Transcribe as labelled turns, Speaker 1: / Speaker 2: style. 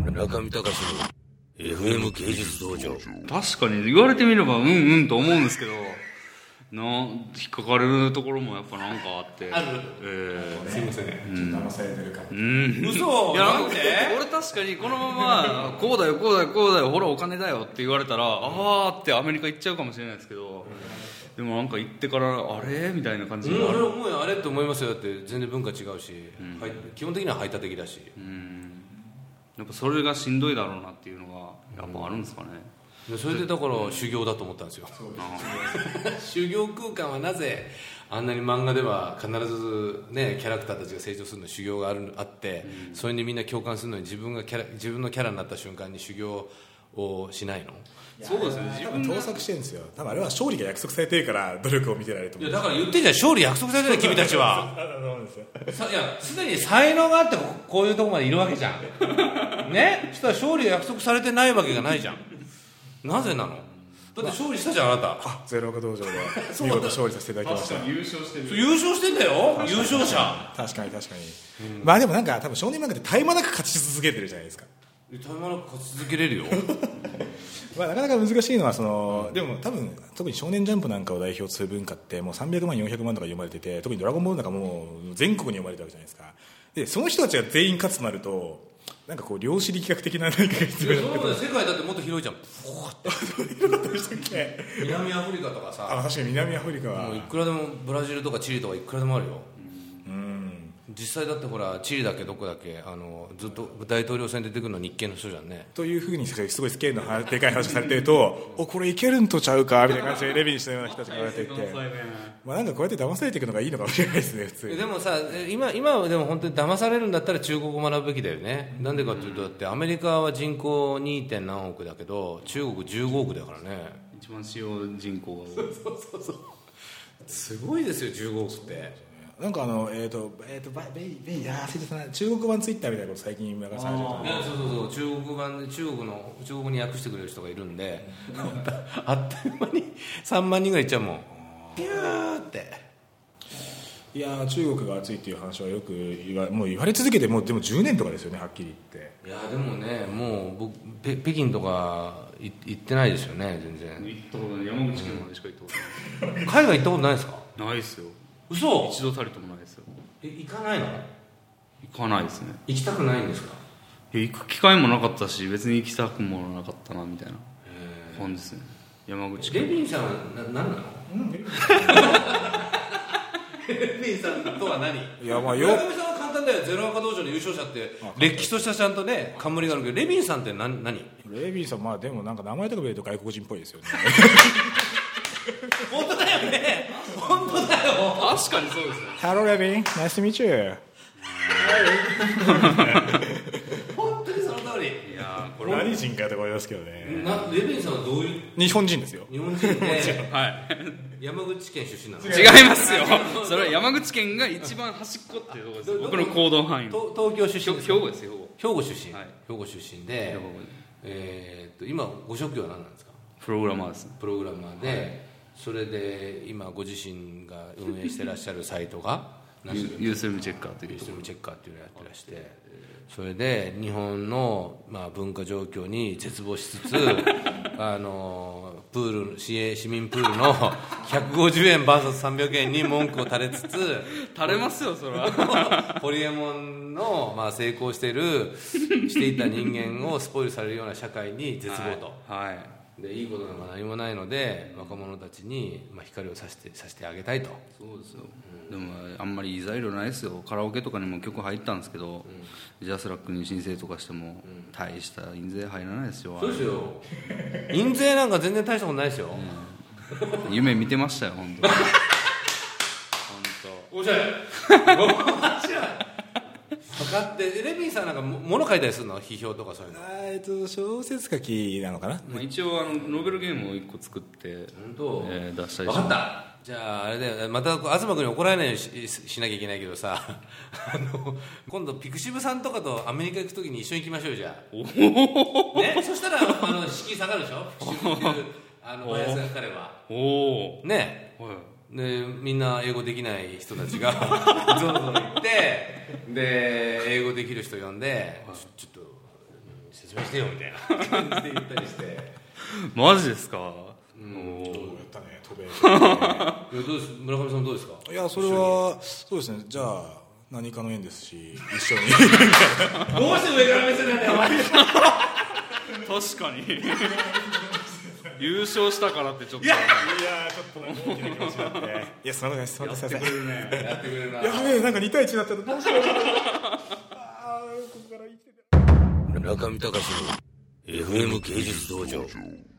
Speaker 1: 村上隆の FM 芸術道場
Speaker 2: 確かに言われてみればうんうんと思うんですけどな引っかかれるところもやっぱなんかあってあるえ
Speaker 3: すいませんね、ちょっと騙されてるかも、
Speaker 2: いやなんで俺確かにこのままこうだよこうだよこうだよほらお金だよって言われたらあーってアメリカ行っちゃうかもしれないですけどでもなんか行ってからあれみたいな感じがあ
Speaker 4: 俺
Speaker 2: る
Speaker 4: 思うよあれって思いますよだって全然文化違うし、はい基本的には排他的だし、
Speaker 2: やっぱそれがしんどいだろうなっていうのがやっぱあるんですかね
Speaker 4: でそれでだから修行だと思ったんですよ、 修行空間はなぜあんなに漫画では必ずねキャラクターたちが成長するのに修行があるあって、それにみんな共感するのに自分がキャラ自分のキャラになった瞬間に修行をしないの
Speaker 2: そうですね自
Speaker 3: 多
Speaker 2: 分
Speaker 3: 分盗作してるんですよ多分あれは勝利が約束されてるから努力を見てられると
Speaker 4: い
Speaker 3: 思う
Speaker 4: やだから言ってんじゃん勝利約束されてる君たちは
Speaker 3: あそうなんですよ
Speaker 4: さいや
Speaker 5: すでに才能があってここういうとこまでいるわけじゃ んね
Speaker 4: したら勝利が約束されてないわけがないじゃんなぜなのだって勝利したじゃんあな た
Speaker 3: あゼロ岡 道場で見事勝利させていただきました
Speaker 4: 優勝してんだよ優勝者
Speaker 3: 確かに確かに、まあでもなんか多分少年漫画って絶え間なく勝ち続けてるじゃないですか
Speaker 4: 絶え間なく勝ち続けれるよ
Speaker 3: まあ、なかなか難しいのはその、でも多分特に「少年ジャンプ」なんかを代表する文化ってもう300万400万とか読まれてて特に「ドラゴンボール」なんかもう全国に読まれてるわけじゃないですかでその人たちが全員勝つとなるとなんかこう量子力学的な何かが必
Speaker 4: そ
Speaker 3: 要
Speaker 4: うい
Speaker 3: に
Speaker 4: う
Speaker 3: なって
Speaker 4: ことで世界だってもっと広いじゃん
Speaker 3: くるそういうことでしたっけ
Speaker 4: 南アフリカとか
Speaker 3: あ
Speaker 4: さ
Speaker 3: 確かに南アフリカは
Speaker 4: もういくらでもブラジルとかチリとかいくらでもあるよ
Speaker 3: うん
Speaker 4: 実際だってほらチリだっけどこだっけあのずっと大統領選出てくるの日系の人じゃんね
Speaker 3: というふうにすごいスケールのはでかい話をされてるとおこれいけるんとちゃうかみたいな感じでレビューしたような人たちが言われていて、まあ、なんかこうやって騙されていくのがいいのかもしれないですね普通に
Speaker 4: でもさえ今今はでも本当に騙されるんだったら中国語学ぶべきだよねなんでかっていうとだってアメリカは人口 2. 点何億だけど中国15億だからね
Speaker 2: 一番使用人口が多い
Speaker 4: すごいですよ15億って
Speaker 3: なんかあのえっ、とえっ、とバイベイベイいやー忘れてたな中国版ツイッターみたいなこと最近流されてた
Speaker 4: いやそうそうそう中国版で中国の中国に訳してくれる人がいるんで あっという間に3万人ぐらいいっちゃうもんピューって
Speaker 3: いやー中国が暑いっていう話はよく言わもう言われ続けてもうでも10年とかですよねはっきり言って
Speaker 4: いやでもねもう僕北北京とかい行ってないですよね全然
Speaker 2: 行ったことない山口県までしか行ったこ
Speaker 4: 海外行ったことないですか
Speaker 2: とないないですよ
Speaker 4: 嘘
Speaker 2: 一度たりともないですよ
Speaker 4: え行かないの
Speaker 2: 行かないですね
Speaker 4: 行きたくないんですか
Speaker 2: 行く機会もなかったし別に行きたくもなかったなみたいな感じですね山口
Speaker 4: レ
Speaker 2: 県
Speaker 4: ビンさんはな何なのレビンさんとは何
Speaker 3: いやまあよ
Speaker 4: 村上さんは簡単だよゼロアカ道場の優勝者ってれっきとしたちゃんとね冠があるけどレビンさんって何何
Speaker 3: レイビーさんまあでもなんか名前とか見ると外国人っぽいですよね
Speaker 4: 本当だよね本当だよ
Speaker 2: 確かにそうですね
Speaker 3: Hello レビン Nice to meet you
Speaker 4: 本当にその通りいやこれ
Speaker 3: 何人かとか思いますけどね
Speaker 4: なレビンさんはどういう
Speaker 3: 日本人ですよ
Speaker 4: 日本人で
Speaker 2: はい
Speaker 4: 山口県出身な の
Speaker 2: 違いますよそれは山口県が一番端っこっていうところです僕の行動範囲の
Speaker 4: と東京出身です
Speaker 2: 兵庫ですよ
Speaker 4: 兵庫出身、
Speaker 2: はい
Speaker 4: 兵庫出身で
Speaker 2: 兵庫
Speaker 4: えーっと今ご職業は何なんですか
Speaker 2: プログラマーですね
Speaker 4: プログラマーで、それで今ご自身が運営してらっしゃるサイトがナショナル
Speaker 2: ユースルームチェッカーとい
Speaker 4: ユ
Speaker 2: う
Speaker 4: ーストリームチェッカーっていうのをやってらしてそれで日本の、まあ、文化状況に絶望しつ つあのプール市営市民プールの150円 VS300 円に文句を垂れつつ
Speaker 2: 垂れますよそれは
Speaker 4: ホリエモンの、まあ、成功してるしていた人間をスポイルされるような社会に絶望と。
Speaker 2: はい
Speaker 4: でいいことなんか何もないので若者たちに、まあ、光をさしてさしてあげたいと
Speaker 2: そうですよでもあんまりいい材料ないですよカラオケとかにも曲入ったんですけどジャスラックに申請とかしても大した印税入らないですよ
Speaker 4: そうですよ 印税なんか全然大したことないですよ、
Speaker 2: 夢見てましたよ 本当に本
Speaker 4: 面白い面白い分かってレビンさんなんかも物書いたりするの批評とかそういうの
Speaker 3: えっと小説書きなのかな
Speaker 2: 当まあ一応あのノベルゲームを一個作って、
Speaker 4: 本当、
Speaker 2: えー出したり
Speaker 4: 分
Speaker 2: しま
Speaker 4: かっ
Speaker 2: す
Speaker 4: たじゃああれだよまたこう東君に怒られないようにしししなきゃいけないけどさ あの今度ピクシブさんとかとアメリカ行く時に一緒に行きましょうよじゃあねそしたらあの敷居下がるでしょピクシブっていうあのバイアスがかかれば
Speaker 2: おお
Speaker 4: ね
Speaker 2: はい
Speaker 4: でみんな英語できない人た ちがゾロゾロ行ってで英語できる人呼んで、ちょちょっと
Speaker 5: に説明してよみたいな感じで言ったり していや
Speaker 2: マジですか
Speaker 3: どうやったね渡米
Speaker 4: どうです村上さんどうですか
Speaker 3: いやそれはそうですねじゃあ何かの縁ですし一緒に
Speaker 5: どうして上から目線なんだよお前
Speaker 2: 確か に優勝したからってちょっと
Speaker 3: いやちょっとなんか大きな気持ちがあっていやすみませんすみませんすみません
Speaker 4: やってくれるな
Speaker 3: やべえなんか2対1になったらどうしようあーここから生きてて
Speaker 1: 村上隆の FM 芸術道場。